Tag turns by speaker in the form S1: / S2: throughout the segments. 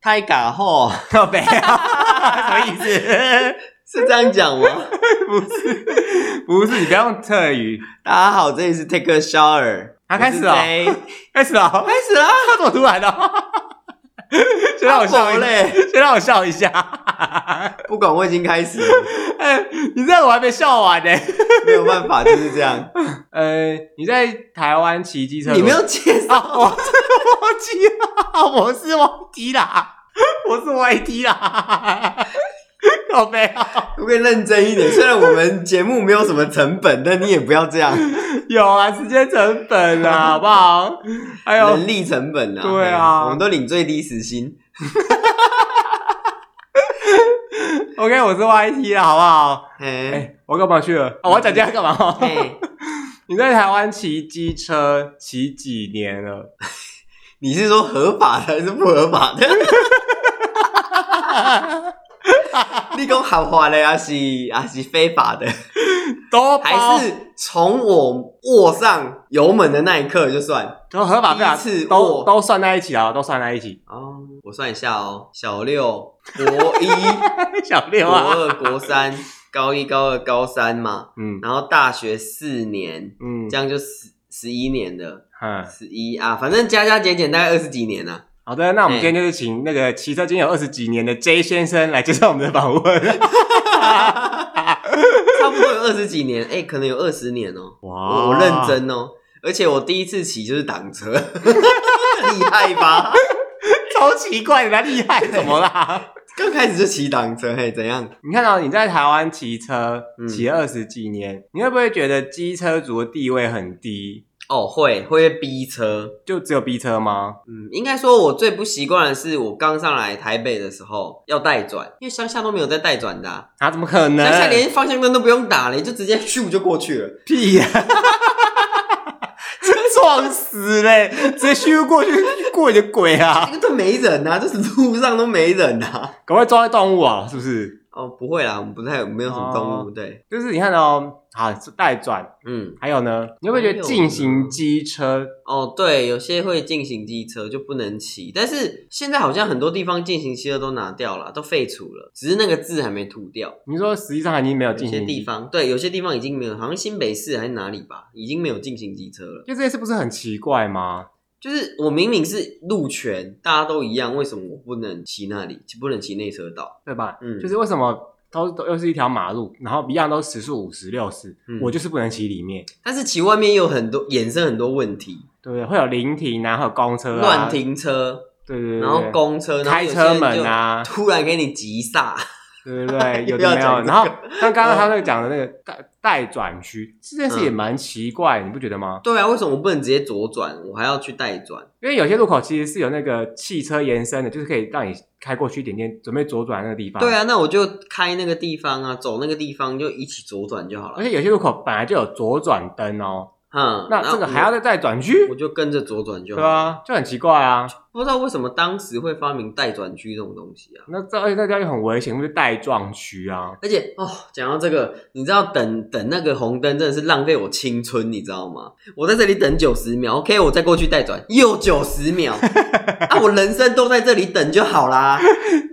S1: 太嘎吼，
S2: 啊
S1: 没有，什么意思？是这样讲吗？
S2: 不是， 不是，你不要用特语，
S1: 大家好，这里是 Take a Shower，
S2: 啊开始了
S1: 我是 J
S2: 开始了，啊
S1: 开始啦，
S2: 他怎么突然的？ 先让我笑
S1: 好
S2: 一下，
S1: 嘞，
S2: 先让我笑一下。
S1: 不管我已经开始了，
S2: 哎、你这样我还没笑完呢、
S1: 没有办法，就是这样。
S2: 呃，你在台湾骑机车？
S1: 你没有介绍，
S2: 啊？ 我忘记了，我是忘记啦，我是外地啦，靠背啊，
S1: 可不可以认真一点？虽然我们节目没有什么成本，但你也不要这样，
S2: 有啊，时间成本啊，好不好？哎还有
S1: 人力成本啊。
S2: 对啊
S1: 嘿我们都领最低时薪。
S2: ，OK，我是 YT 啦，好不好？哎、
S1: 哎，
S2: 我干嘛去了？哦、我要讲这样干嘛？
S1: 嘿
S2: 你在台湾骑机
S1: 哦
S2: 车骑几年了？
S1: 你是说合法的还是不合法的？ 你讲合法的还是还是非法的？
S2: 都包
S1: 还是从我握上油门的那一刻就算？
S2: 都合法非法
S1: 第一次
S2: 都
S1: 握
S2: 都算在一起啊，都算在 一起。
S1: 哦，我算一下哦，小六、国一、
S2: 小六
S1: 国
S2: 啊，
S1: 二、国三、高一、高二、高三嘛，
S2: 嗯
S1: 然后大学四年，
S2: 嗯
S1: 这样就十十一年了，
S2: 嗯，
S1: 十一啊，反正加加减减大概二十几年啊了、
S2: 好的，那我们今天就是请那个骑车经有二十几年的 J 先生来接受我们的访问。
S1: 差不多有二十几年，哎、可能有二十年哦、
S2: 哇
S1: 我我认，真哦，而且我第一次骑就是挡车， 厉害吧？
S2: 超奇怪，人家厉害什么啦？
S1: 刚开始就骑挡车，嘿，怎样？
S2: 你看到、哦你在台湾骑车
S1: 嗯
S2: 骑二十几年，你会不会觉得机车族的地位很低？
S1: 哦，会会被逼车。
S2: 就只有逼车吗？
S1: 嗯，应该说，我最不习惯的是，我刚上来台北的时候要带转，因为乡下都没有在带转的、啊，
S2: 啊，怎么可能？
S1: 乡下连方向灯都不用打了，你就直接 咻就过去了。
S2: 屁呀、 真撞死嘞！直接咻过去，过你的鬼啊！
S1: 那个都没人呐、啊，就是路上都没人呐、啊。
S2: 赶快抓动物啊，是不是？
S1: 哦，不会啦，我们不太没有什么动物，对，
S2: 就是你看哦，好带转，
S1: 嗯，
S2: 还有呢，你会不会觉得进行机车
S1: 哦，对，有些会进行机车就不能骑，但是现在好像很多地方进行机车都拿掉了，都废除了，只是那个字还没涂掉。
S2: 你说实际上已经没有
S1: 有
S2: 进
S1: 些
S2: 行
S1: 地
S2: 机，
S1: 方对，有些地方已经没有，好像新北市还是哪里吧，已经没有进行机车了。
S2: 就这件事不是很奇怪吗？
S1: 就是我明明是路权，大家都一样，为什么我不能骑那里，不能骑内车道？
S2: 对吧？
S1: 嗯
S2: 就是为什么都都又是一条马路，然后一样都时速五十六十
S1: 嗯，
S2: 我就是不能骑里面，
S1: 但是骑外面也有很多衍生很多问题，
S2: 对不对？会有临停啊，会有公车啊，
S1: 乱，停车，
S2: 对对对，
S1: 然后
S2: 公
S1: 公车，然后
S2: 开
S1: 有些
S2: 车
S1: 人
S2: 门
S1: 就
S2: 啊，
S1: 突然给你急刹，
S2: 对 不对？有
S1: 不要
S2: 的没有。
S1: 讲这个嗯
S2: 然后像刚刚他那个讲的那个带带转区这件事也蛮奇怪，你不觉得吗？
S1: 对啊，为什么我不能直接左转，我还要去带转？
S2: 因为有些路口其实是有那个汽车延伸的，就是可以让你开过去一点点，准备左转的那个地方。
S1: 对。啊，那我就开那个地方啊，走那个地方就一起左转就好
S2: 而
S1: 了。
S2: 且有些路口本来就有左转灯哦，
S1: 嗯，
S2: 那这个还要再带转区
S1: 我，我就跟着左转就
S2: 对
S1: 好了。
S2: 啊，就很奇怪啊。
S1: 不知道为什么当时会发明带转区这种东西啊。
S2: 那这而且大家又很危险，就是带撞区啊。
S1: 而且哦，讲到这个，你知道等等那个红灯真的是浪费我青春，你知道吗？我在这里等九十秒，OK，我再过去带转又九十秒，啊，我人生都在这里等就好啦。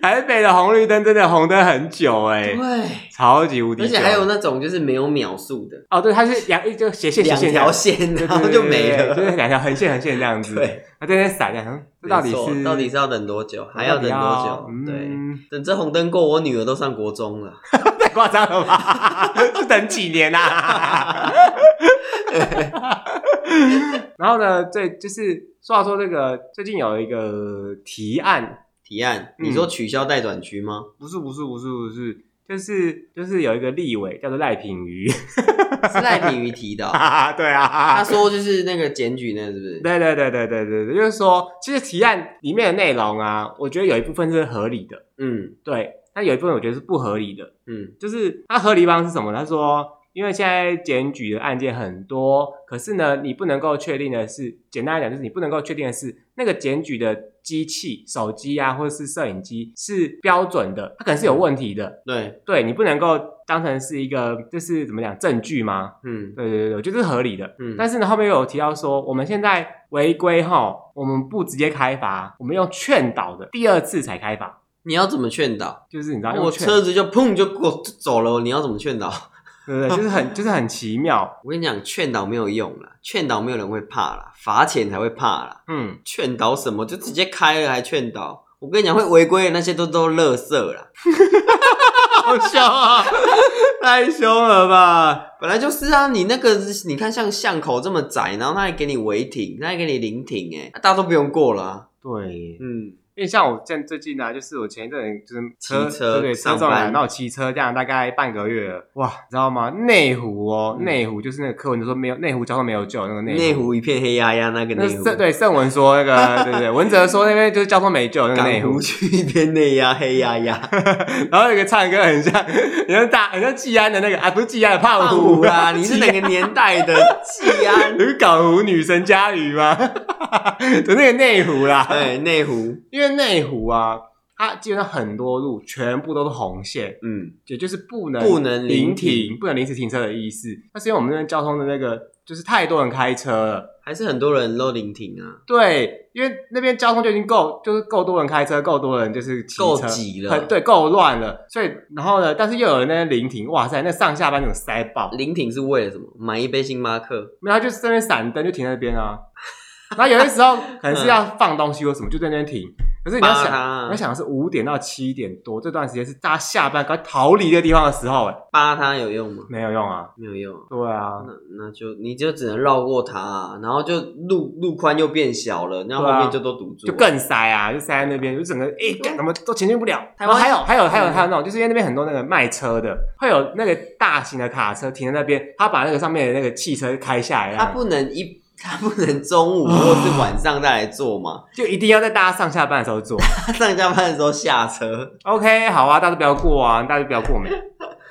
S2: 台北的红绿灯真的红灯很久哎、
S1: 对。
S2: 超级无敌
S1: 而
S2: 久。
S1: 且还有那种就是没有秒数的，
S2: 哦，对，它是两就斜线斜
S1: 两
S2: 线
S1: 条线，
S2: 对对对
S1: 然后就没
S2: 对对对就
S1: 了。
S2: 是两条横线横线这样 子。
S1: 对，
S2: 他在那啊闪亮，这到底
S1: 没
S2: 是
S1: 错到底是要等多久？还要等多久？
S2: 嗯
S1: 对，
S2: 对，
S1: 等这红灯过，我女儿都上国中了。
S2: 太夸张了吧？ 要等几年啊？ 然后呢，最就是说到说这个，最近有一个提案，
S1: 提案，
S2: 嗯
S1: 你说取消待转区吗？
S2: 不是不是不是不是，就是就是有一个立委叫做赖品妤，
S1: 是赖品妤提的哦，
S2: 对啊
S1: 他，说就是那个检举那个是不是？
S2: 对对对对对对对，就是说，其实提案里面的内容啊，我觉得有一部分是合理的，
S1: 嗯
S2: 对，但有一部分我觉得是不合理的。
S1: 嗯
S2: 就是它合理方是什么？他说，因为现在检举的案件很多，可是呢，你不能够确定的是，简单来讲就是你不能够确定的是那个检举的机器、手机啊，或者是摄影机是标准的，它可能是有问题的。
S1: 对，
S2: 对你不能够当成是一个，就是怎么讲证据吗？
S1: 嗯
S2: 对对对，我觉得这是合理的。
S1: 嗯，
S2: 但
S1: 是
S2: 是呢，后面又有提到说，我们现在违规哈，我们不直接开罚，我们用劝导的，第二次才开罚，
S1: 你要怎么劝导？
S2: 就是你知道啊用
S1: 我
S2: 劝，
S1: 车子就砰就过走了，你要怎么劝导？
S2: 对对对，就是很就是很奇妙，
S1: 我跟你讲，劝导没有用啦，劝导没有人会怕啦，罚钱才会怕啦。
S2: 嗯，
S1: 劝导什么？就直接开了还劝导？我跟你讲，会违规的那些都都垃圾啦，
S2: 好笑啊，
S1: 太凶了吧！本来就是啊，你那个你看像巷口这么窄，然后他还给你违停，他还给你临停、欸，哎，大家都不用过了啊、
S2: 对耶，
S1: 嗯，
S2: 因为像我现最近呢、啊，就是我前一阵子就是
S1: 骑车
S2: 对对，车
S1: 上
S2: 中
S1: 班
S2: 了，然后骑车这样大概半个月了，哇，你知道吗？内湖哦，
S1: 嗯
S2: 内湖就是那个柯文哲说没有内湖交通没有救那个
S1: 内
S2: 内湖。
S1: 湖一片黑压压，那个
S2: 那
S1: 内湖，
S2: 盛对盛文说那 个对对对，文哲说那边就是交通没救那个内
S1: 港
S2: 湖
S1: 湖，区一片内压黑压压，
S2: 然后有一个唱歌很像， 很像大，很像季安的那个啊，不是季安的胖
S1: 胖
S2: 虎啊
S1: 虎啦，你 是哪个年代的季安？
S2: 那个港湖女神佳瑜吗？ 的那个内湖啦，
S1: 对，哎内湖，
S2: 因为内湖啊，它基本上很多路全部都是红线，
S1: 嗯，
S2: 也就是不能
S1: 不能临
S2: 临
S1: 停，
S2: 停，不能临时停车的意思。那是因为我们那边交通的那个，就是太多人开车了。
S1: 还是很多人都临停啊，
S2: 对，因为那边交通就已经够，就是够多人开车，够多人就是骑车，
S1: 够挤了
S2: 很，对，够乱了。所以，然后呢，但是又有人在那边临停，哇塞，那上下班怎么塞爆？
S1: 临停是为了什么？买一杯星巴克，
S2: 没有，他就是这边闪灯就停在那边啊。然后有些时候可能是要放东西或什么，就在那边停。可是你要
S1: 扒
S2: 想，
S1: 他
S2: 你要想的是五点到七点多这段时间是大家下班赶快逃离的地方的时候，哎，
S1: 扒它有用吗？
S2: 没有用啊。
S1: 没有用。
S2: 对啊，
S1: 那那就你就只能绕过它、啊然后就路路宽又变小了，然后后面就都堵住了、
S2: 就更塞啊，就塞在那边，就整个哎，干怎么都前进不了。
S1: 台
S2: 然
S1: 湾
S2: 后还有还有还有
S1: 嗯
S2: 还有那种，就是因为那边很多那个卖车的，会有那个大型的卡车停在那边，他把那个上面的那个汽车开下来，
S1: 它
S2: 啊，
S1: 不能一它不能中午或是晚上再来做 嘛，
S2: 就一定要在大家上下班的时候做。
S1: 他上下班的时候下车。
S2: OK，好啊，大家都不要过啊，大家都不要过没。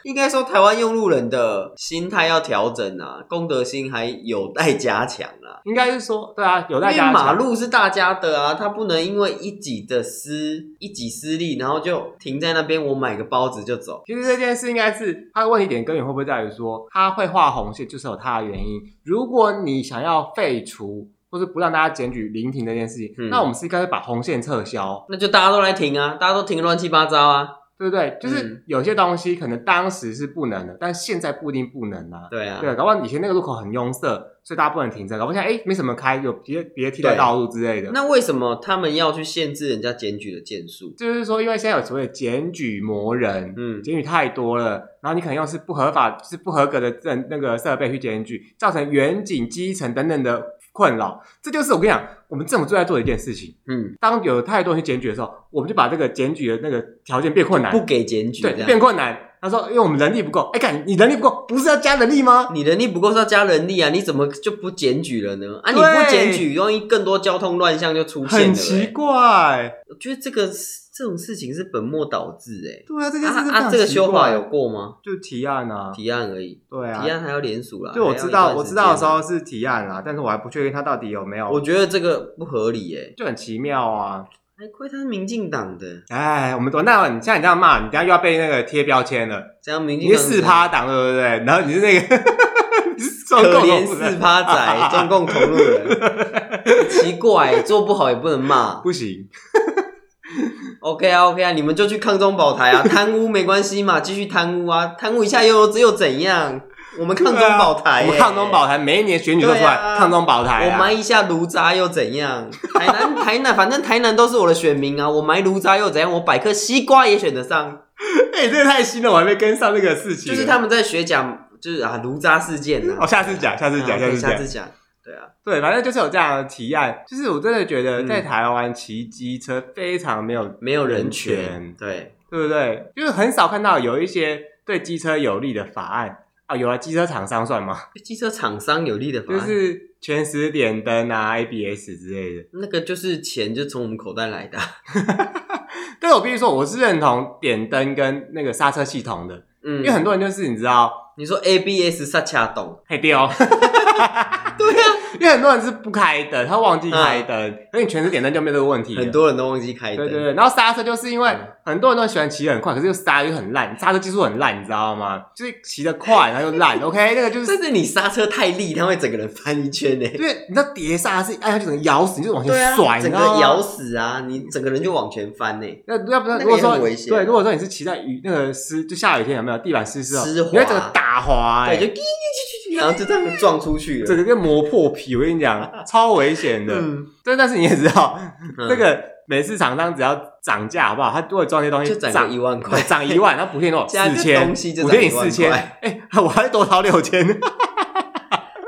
S1: 应该说，台湾用路人的心态要调整啊，公德心还有待加强啊。
S2: 应该是说，对啊，有
S1: 因
S2: 大
S1: 为
S2: 家
S1: 马路是大家的啊，他不能因为一己的私一己私利，然后就停在那边，我买个包子就走。
S2: 其实这件事应该是它的问题点根源会不会在于说，它会画红线就是有它的原因。如果你想要废除或是不让大家检举临停这件事情，
S1: 嗯
S2: 那我们是应该把红线撤销，
S1: 那就大家都来停啊，大家都停乱七八糟啊。
S2: 对不对？就
S1: 嗯
S2: 是有些东西可能当时是不能的，但现在不一定不能啊。
S1: 对啊，
S2: 对，搞不好以前那个路口很拥塞，所以大家不能停车。搞不好现在哎没什么开，有别别替代道路之类的。
S1: 那为什么他们要去限制人家检举的件数？
S2: 就是说，因为现在有所谓的检举魔人，
S1: 嗯，
S2: 检举太多了，然后你可能用是不合法、就是不合格的这那个设备去检举，造成远景、基层等等的困扰。这就是我跟你讲，我们政府最在做的一件事情。
S1: 嗯，
S2: 当有太多人去检举的时候，我们就把这个检举的那个条件变困难，
S1: 不给检举，
S2: 对
S1: 这，
S2: 变
S1: 样。
S2: 困难。他说，因为我们人力不够，哎，看你人力不够，不是要加人力吗？
S1: 你人力不够是要加人力啊，你怎么就不检举了呢？啊，你
S2: 对
S1: 不检举，容易更多交通乱象就出现
S2: 很
S1: 了、
S2: 奇
S1: 欸。
S2: 怪，
S1: 我觉得这个是这种事情是本末倒置哎、
S2: 对啊，这
S1: 欸。
S2: 件事
S1: 啊
S2: 是
S1: 啊，这个修法有过吗？
S2: 就提案啊，
S1: 提案而已，
S2: 对啊
S1: 提，案还要联署啦。
S2: 就我
S1: 还要
S2: 知
S1: 一段
S2: 道我知道的
S1: 时
S2: 时
S1: 间啊
S2: 候，是提案啦，但是我还不确定他到底有没有，
S1: 我觉得这个不合理哎、
S2: 就很奇妙啊。
S1: 还亏他是民进党的，
S2: 哎，我们我那你像你这样骂，你等下又要被那个贴标签了。
S1: 这样民
S2: 你
S1: 进
S2: 是
S1: 党
S2: 四趴党，对不对？然后你是那个 你是中
S1: 可
S2: 共
S1: 怜
S2: 同
S1: 四趴仔，中共同路人， 奇怪，做不好也不能骂。
S2: 不行，
S1: OK 啊，OK 啊，你们就去抗中保台啊，贪污没关系嘛，继续贪污啊，贪污一下又又怎样？我们抗中保台、
S2: 啊我
S1: 耶
S2: 们抗中保台每一年选举都出
S1: 哎对
S2: 来、
S1: 啊
S2: 抗中保台、
S1: 我
S2: 啊。
S1: 埋一下卢渣又怎样？台南台南，反正台南都是我的选民啊，我埋卢渣又怎样？我摆颗西瓜也选得上，
S2: 哎、这个太新了，我还没跟上这个事情。
S1: 就是他，们在学讲，就是啊卢渣事件啊
S2: 哦，。下次讲，下次
S1: 啊
S2: 讲，
S1: 可以
S2: 次讲
S1: 下。次讲，对啊，
S2: 对，反正就是有这样的提案。就是我真的觉得
S1: 嗯
S2: 在台湾骑机车非常没有，
S1: 没有人
S2: 人
S1: 权，
S2: 权
S1: 对，
S2: 对不对？就是很少看到有一些对机车有利的法案啊。有啊，机车厂商算吗？
S1: 机车厂商有利的法
S2: 就
S1: 案，
S2: 是全时点灯啊、ABS 之类的。
S1: 那个就是钱就从我们口袋来 的啊，
S2: 但是我必须说，我是认同点灯跟那个刹车系统的，
S1: 嗯，
S2: 因为很多人就是你知道，
S1: 你说 ABS 刹恰 懂？
S2: 嘿对哦，
S1: 对呀、
S2: 因为很多人是不开灯，他忘记开灯，那你全是点灯就没有这个问题了。
S1: 嗯很多人都忘记开
S2: 对
S1: 灯。
S2: 对对，然后刹车就是因为
S1: 嗯
S2: 很多人都喜欢骑得很快，可是又刹又很烂，刹车技术很烂，你知道吗？就是骑得快，然后又烂。OK，那个 就是
S1: 但是你刹车太力，它会整个人翻一圈呢、
S2: 因为你知道碟刹是按下去整个咬死，你就是往前
S1: 对啊
S2: 甩，，你
S1: 整
S2: 知
S1: 个
S2: 道吗
S1: 咬死啊，你整个人就往前翻呢、
S2: 那要不然
S1: 那个
S2: 如果
S1: 也
S2: 说
S1: 很危险啊
S2: 对，如果说你是骑在雨那个湿，就下雨天有没有地板湿湿的，哦
S1: 湿滑
S2: 你会整个打滑、欸，
S1: 对，就然后就这样撞出去了。
S2: 整个就磨破皮。我跟 你讲，超危险的。
S1: 嗯，
S2: 对，但是你也知道，
S1: 嗯
S2: 这个每次厂商只要涨价，好不好？他都会装这些东西
S1: 嗯就涨个一万块，
S2: 涨一万，他补 贴多少？
S1: 加
S2: 四
S1: 个
S2: 千
S1: 东西，就
S2: 补
S1: 涨
S2: 贴
S1: 一
S2: 你
S1: 万
S2: 四千，
S1: 块
S2: 哎，我还多掏 六千。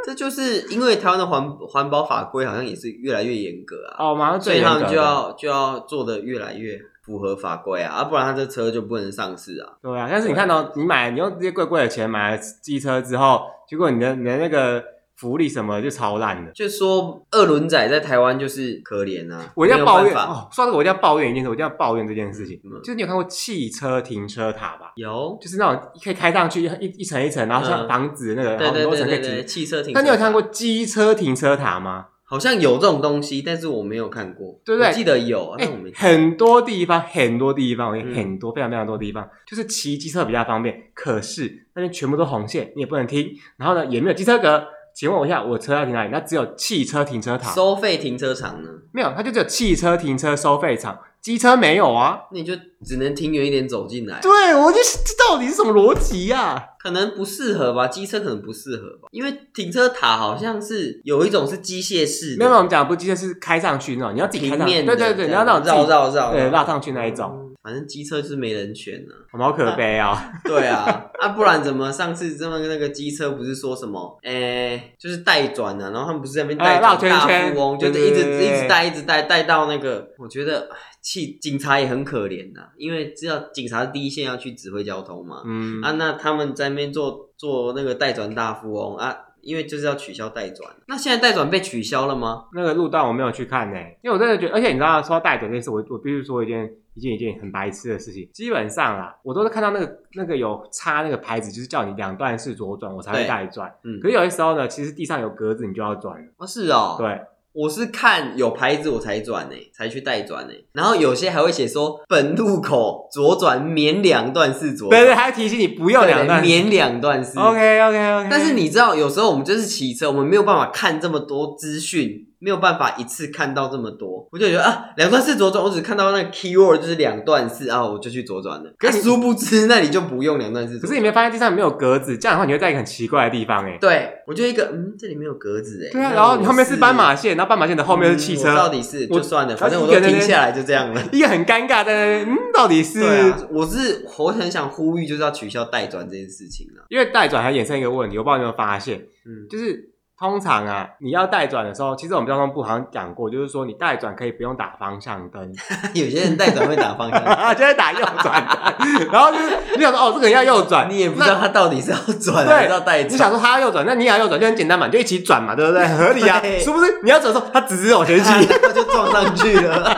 S1: 这就是因为台湾的环环保法规好像也是越来越严格啊，
S2: 哦，马上
S1: 所
S2: 最
S1: 以他
S2: 严格
S1: 们
S2: 的
S1: 就要就要做的越来越符合法规啊，啊不然他这车就不能上市啊。
S2: 对啊，但是你看到、你买，你用这些贵贵的钱买了机车之后，结果你的你的那个福利什么就超烂的。
S1: 就说二轮仔在台湾就是可怜啊，
S2: 我一定要抱
S1: 没有
S2: 怨
S1: 办法
S2: 哦，说到这个我一定要抱怨一件事，我一定要抱怨这件事情。
S1: 嗯
S2: 就是你有看过汽车停车塔吧？
S1: 有，
S2: 就是那种可以开上去一一层一层，然后像
S1: 嗯
S2: 房子那个，然
S1: 对
S2: 后很
S1: 对
S2: 多
S1: 对
S2: 层可以
S1: 对
S2: 停
S1: 对，。汽车停车。
S2: 但你有看过？机车停车塔吗？
S1: 好像有这种东西，但是我没有看过，
S2: 对不对
S1: 我记得有，
S2: 哎、
S1: 但我没看
S2: 很多地方，很多地方，我跟你
S1: 嗯
S2: 很多非常非常多地方，就是骑机车比较方便，可是那边全部都红线，你也不能停，然后呢也没有机车格。请问我一下，我车要停哪里？那只有汽车停车塔，
S1: 收费停车场呢，
S2: 没有，它就只有汽车停车收费场，机车没有啊。
S1: 那你就只能停远一点走进来，
S2: 对，我就是这到底是什么逻辑呀？
S1: 可能不适合吧，机车可能不适合吧，因为停车塔好像是有一种是机械式
S2: 没有，
S1: 的，
S2: 我们讲的不机车是开上去那种，你要自己开
S1: 平
S2: 上去，
S1: 面
S2: 对
S1: 的
S2: 对对，
S1: 这
S2: 你
S1: 样
S2: 要那种自己
S1: 绕绕绕
S2: 对，绕
S1: 绕
S2: 上去那一种，
S1: 嗯反正机车就是没人选呢、啊，
S2: 好可悲啊！
S1: 对啊， 啊不然怎么上次这么那个机车不是说什么，诶、就是带转啊，然后他们不是在那边带
S2: 哎绕
S1: 转
S2: 圈
S1: 大
S2: 圈
S1: 富翁，就
S2: 对
S1: 是一
S2: 对
S1: 直
S2: 对
S1: 一
S2: 对
S1: 直带一直带带到那个，我觉得唉气警察也很可怜呐、因为知道警察第一线要去指挥交通嘛，
S2: 嗯
S1: 啊，那他们在那边做做那个代转大富翁啊，因为就是要取消代转。那现在代转被取消了吗？
S2: 那个路段我没有去看呢、因为我真的觉得，而且你知道，说到带走这件事，我我必须说一件一件一件很白痴的事情。基本上啦，我都是看到那个那个有插那个牌子，就是叫你两段式左转，我才会
S1: 对
S2: 带转。
S1: 嗯
S2: 可，是有些时候呢，其实地上有格子，你就要转了。
S1: 哦是哦，，
S2: 对，
S1: 我是看有牌子我才转呢、欸才去代转呢、然后有些还会写说本路口左转免两段式左转，
S2: 对对，还要提醒你不用
S1: 对
S2: 两段式。哦
S1: 免两段式。
S2: OK OK OK。
S1: 但是你知道，有时候我们就是骑车，我们没有办法看这么多资讯，没有办法一次看到这么多。我就觉得啊，两段式左转，我只看到那个 keyword 就是两段式啊，我就去左转了。可
S2: 可是
S1: 是
S2: 你
S1: 殊不知，那你就不用两段式
S2: 可
S1: 左
S2: 是
S1: 转。
S2: 你没发现地上没有格子，这样的话你会在一个很奇怪的地方哎、
S1: 对，我就一个嗯，这里没有格子哎。
S2: 对啊，
S1: 那
S2: 然后
S1: 我
S2: 你后面是斑，马线，然后斑马线的后面是汽车，
S1: 嗯我到底是
S2: 我
S1: 就算了，
S2: 他
S1: 反正
S2: 一
S1: 我都
S2: 个人
S1: 停
S2: 在
S1: 下来就这样了。
S2: 一个很尴尬在那边，嗯，到底是？
S1: 对啊，我是我很想呼吁，就是要取消代转这件事情啊。
S2: 因为带转还衍生一个问题，我不知道你有没有发现，
S1: 嗯，
S2: 就是通常啊，你要带转的时候，其实我们交通部好像讲过，就是说你带转可以不用打方向灯，
S1: 有些人代转会打方向
S2: 啊，
S1: 灯，
S2: 就会打右转灯。 然后就是你想说，哦，这个人要右 转，
S1: 你也不知道他到底是要转
S2: 对
S1: 还是要代
S2: 那。你
S1: 转。
S2: 想说他要右转，那你也要右转，就很简单嘛，你就一起转嘛，对不 对？很合理啊。
S1: 对
S2: 是不是？你要转的时候，他直直往前
S1: 然
S2: 去，
S1: 啊后就撞上去了。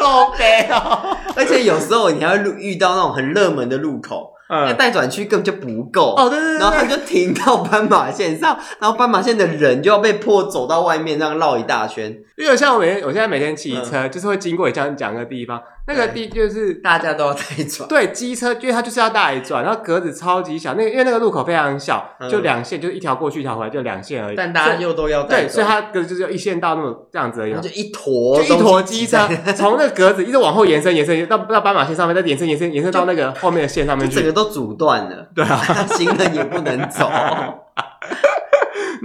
S2: 好悲哦。
S1: 而且有时候你还会路遇到那种很热门的路口，那
S2: 嗯，
S1: 待转区根本就不够。
S2: 哦，对对对
S1: 然后他就
S2: 对，
S1: 停到斑马线上，然后斑马线的人就要被迫走到外面，这样绕一大圈，
S2: 因为像我每天，我现在每天
S1: 嗯
S2: 骑车，就是会经过你像你讲的地方，那个地就是
S1: 大家都要待转。
S2: 对，机车，因为它就是要大一转，然后格子超级小，那个因为那个路口非常小，
S1: 嗯
S2: 就两线，就是一条过去一条回来，就两线而已。
S1: 但大家
S2: 所以
S1: 又都要待
S2: 对，所以
S1: 转，
S2: 它格子就是有一线道那么这样子而已
S1: 然
S2: 嘛，
S1: 后
S2: 就
S1: 就一坨
S2: 一坨
S1: 东
S2: 机
S1: 西
S2: 车
S1: 在
S2: 从那个格子一直往后延伸，延伸到到斑马线上面，再延伸延伸延伸到那个后面的线上
S1: 就
S2: 面
S1: 整
S2: 去。
S1: 个都阻断了，
S2: 对啊，
S1: 行人也不能走。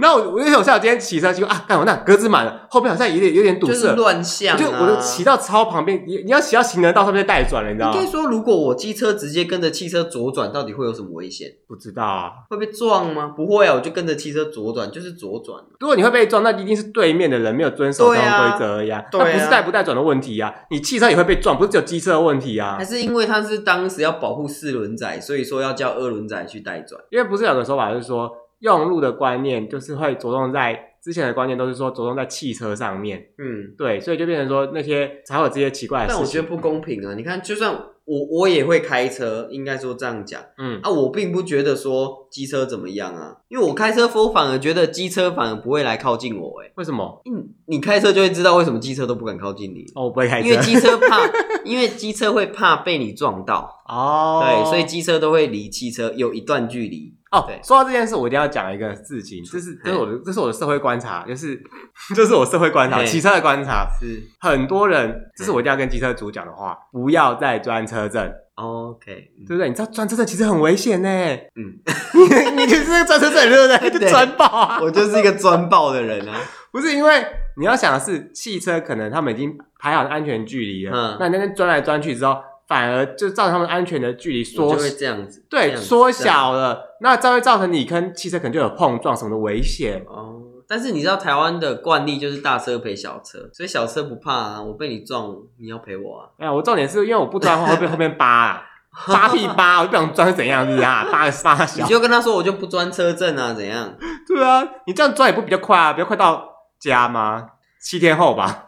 S2: 然后我我就想，像我今天骑车，结果啊，干我那格子满了，后面好像有点有点 堵
S1: 就是
S2: 塞，
S1: 乱象、
S2: 我
S1: 啊。
S2: 就我就骑到超旁边，你你要骑到行人道上面再带转了，你知道
S1: 应
S2: 吗
S1: 该？说，如果我机车直接跟着汽车左转，到底会有什么危险？
S2: 不知道啊，
S1: 会被撞吗？不会啊，我就跟着汽车左转，就是左转啊。
S2: 如果你会被撞，那一定是对面的人没有遵守交
S1: 对啊
S2: 通规则而已啊，
S1: 对啊
S2: 那不是带不带转的问题啊，你汽车也会被撞，不是只有机车的问题啊
S1: 还。是因为他是当时要保护四轮仔，所以说要叫二轮仔去带转。
S2: 因为不是有个说法就是说，用路的观念就是会着重在之前的观念都是说着重在汽车上面，
S1: 嗯，
S2: 对，所以就变成说那些才会有这些奇怪的事
S1: 但
S2: 情。
S1: 我觉得不公平啊！你看，就算我我也会开车，应该说这样讲
S2: 嗯，
S1: 啊，我并不觉得说机车怎么样啊，因为我开车我反而觉得机车反而不会来靠近我、欸，哎，
S2: 为什么？
S1: 嗯，你开车就会知道为什么机车都不敢靠近你，
S2: 哦，我不会开车，
S1: 因为机车怕，因为机车会怕被你撞到，
S2: 哦，
S1: 对，所以机车都会离汽车有一段距离。
S2: 哦
S1: 对，
S2: 说到这件事，我一定要讲一个事情，这是这是我的这是我的社会观察，就是 这是我社会观察，
S1: 嘿
S2: 骑车的观察。
S1: 是
S2: 很多人，这是我一定要
S1: 嗯
S2: 跟机车族讲的话，不要再专车证，
S1: ，OK，嗯
S2: 对不对？你知道专车证其实很危险呢。
S1: 嗯，
S2: 你你就是那个专车证，对不对？就
S1: 对
S2: 专爆啊！
S1: 我就是一个专爆的人 啊。
S2: 不是因为你要想的是，汽车可能他们已经排好安全距离了，
S1: 嗯
S2: 那你在那边钻来钻去之后，反而就造成他们安全的距离
S1: 我
S2: 缩
S1: 就会这样子，这
S2: 对，
S1: 样子
S2: 缩
S1: 这样
S2: 小了，那这会造成你跟汽车可能就有碰撞什么的危险。
S1: 哦。但是你知道台湾的惯例就是大车赔小车，所以小车不怕啊，我被你撞，你要赔我啊。
S2: 哎呀，我重点是因为我不钻的话会被后面扒啊，扒屁扒，我就不想钻是怎样，是不是啊？扒个扒
S1: 你
S2: 小，
S1: 就跟他说我就不专车证啊，怎样？
S2: 对啊，你这样钻也不比较快啊？比较快到家吗？七天后吧，